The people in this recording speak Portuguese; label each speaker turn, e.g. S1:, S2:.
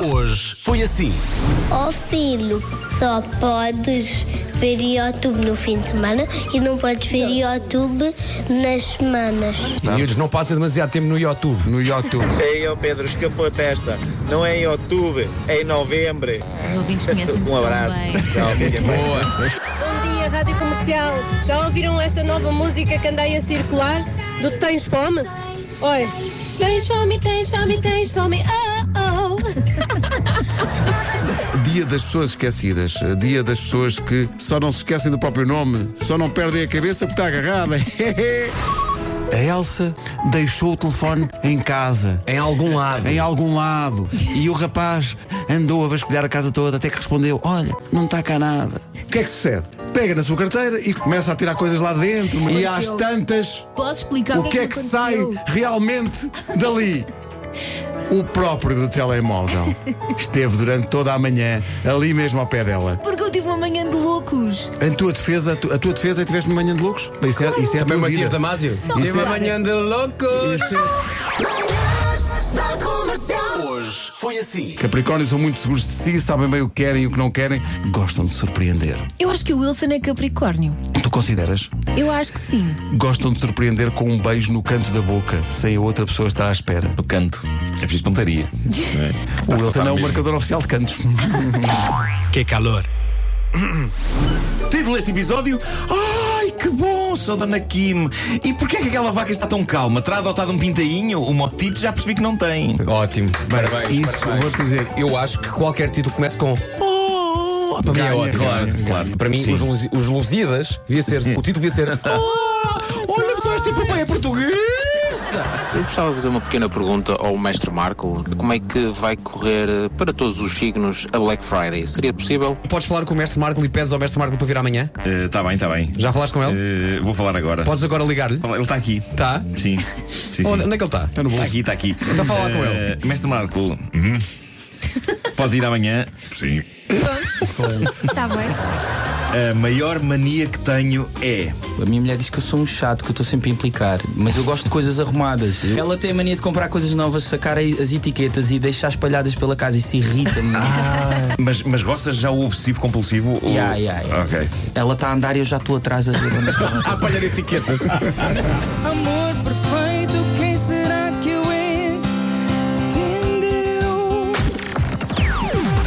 S1: Hoje foi assim.
S2: Ó filho, só podes ver YouTube no fim de semana e não podes ver YouTube nas semanas.
S1: Miúdos, não passa demasiado tempo no YouTube. No YouTube.
S3: Ei, ó Pedro, escapou a testa. Não é em outubro, é em novembro.
S4: Os ouvintes conhecem-se
S3: Um
S4: tão
S3: abraço.
S4: bem.
S3: Tchau, fiquem bem.
S1: Boa.
S5: Bom dia, Rádio Comercial. Já ouviram esta nova música que andei a circular? Do Tens Fome? Olha, tens fome, tens fome, tens fome, oh oh.
S6: Dia das pessoas esquecidas. Dia das pessoas que só não se esquecem do próprio nome, só não perdem a cabeça porque está agarrada. A Elsa deixou o telefone em casa,
S1: Em algum lado.
S6: em algum lado, e o rapaz andou a vasculhar a casa toda até que respondeu: Olha, não está cá nada. O que é que sucede? Pega na sua carteira e começa a tirar coisas lá dentro, e às
S4: Aconteceu.
S6: tantas
S4: Podes explicar o que, é que, aconteceu?
S6: realmente dali? O próprio do telemóvel esteve durante toda a manhã ali mesmo ao pé dela.
S4: Porque eu tive uma manhã de loucos.
S6: A tua defesa, a tu- a tua defesa é que tiveste uma manhã de loucos? Isso é, isso é a
S1: Também
S6: tua
S1: o Matias
S6: vida. é-
S1: Damásio.
S4: Não
S1: E uma
S4: sei.
S1: manhã de loucos.
S6: Isso é-
S1: Hoje foi assim.
S6: é- Capricórnios são muito seguros de si, sabem bem o que querem e o que não querem, gostam de surpreender.
S4: Eu acho que o Wilson é Capricórnio.
S6: Tu consideras?
S4: Eu acho que sim.
S6: Gostam de surpreender com um beijo no canto da boca, sem a outra pessoa estar à espera.
S7: No canto. É preciso pontaria.
S6: O Wilson é o
S7: mesmo.
S6: marcador oficial de cantos.
S1: Que calor.
S7: Título deste episódio? Ai, que bom, sou Dona Kim. E porquê é que aquela vaca está tão calma? Terá adotado um pintainho, um motite? Já percebi que não tem.
S1: Ótimo. Parabéns.
S6: Isso,
S1: parabéns.
S6: vou-te dizer.
S1: Eu acho que qualquer título começa com. Oh, para mim é
S6: Ganha,
S1: ótimo.
S6: claro,
S7: claro.
S1: Para mim,
S7: Sim.
S1: os, Lusi- os Lusíadas, devia ser, o título devia ser. Oh, olha, pessoal, este papai é portuguesa!
S8: Eu gostava de fazer uma pequena pergunta ao mestre Marco de como é que vai correr eh, para todos os signos a Black Friday. Seria possível?
S1: Podes falar com o mestre Marco e pedes ao mestre Marco para vir amanhã?
S7: Está Eh, tá bem, está bem.
S1: Já falaste com ele?
S7: Eh, vou falar agora.
S1: Podes agora ligar-lhe?
S7: Ele está aqui.
S1: Tá?
S7: Sim. Sim, sim.
S1: Onde, onde é que ele está?
S7: Está Tá aqui, está aqui. Está
S1: a falar com
S7: ele. Mestre Marco. Uhum. Pode ir amanhã. Sim.
S4: Está Tá bem.
S7: A maior mania que tenho é.
S9: A minha mulher diz que eu sou um chato, que eu estou sempre a implicar, mas eu gosto de coisas arrumadas. Ela tem a mania de comprar coisas novas, sacar as etiquetas e deixar espalhadas pela casa. Isso irrita-me.
S7: Mas, mas gostas já o obsessivo compulsivo? Ou...
S9: Ya, ya, ya.
S7: Ok.
S9: Ela está a andar e eu já estou atrás a ver onde é que ela-
S1: A palha de etiquetas.
S10: Amor perfeito, quem será que eu entendeu?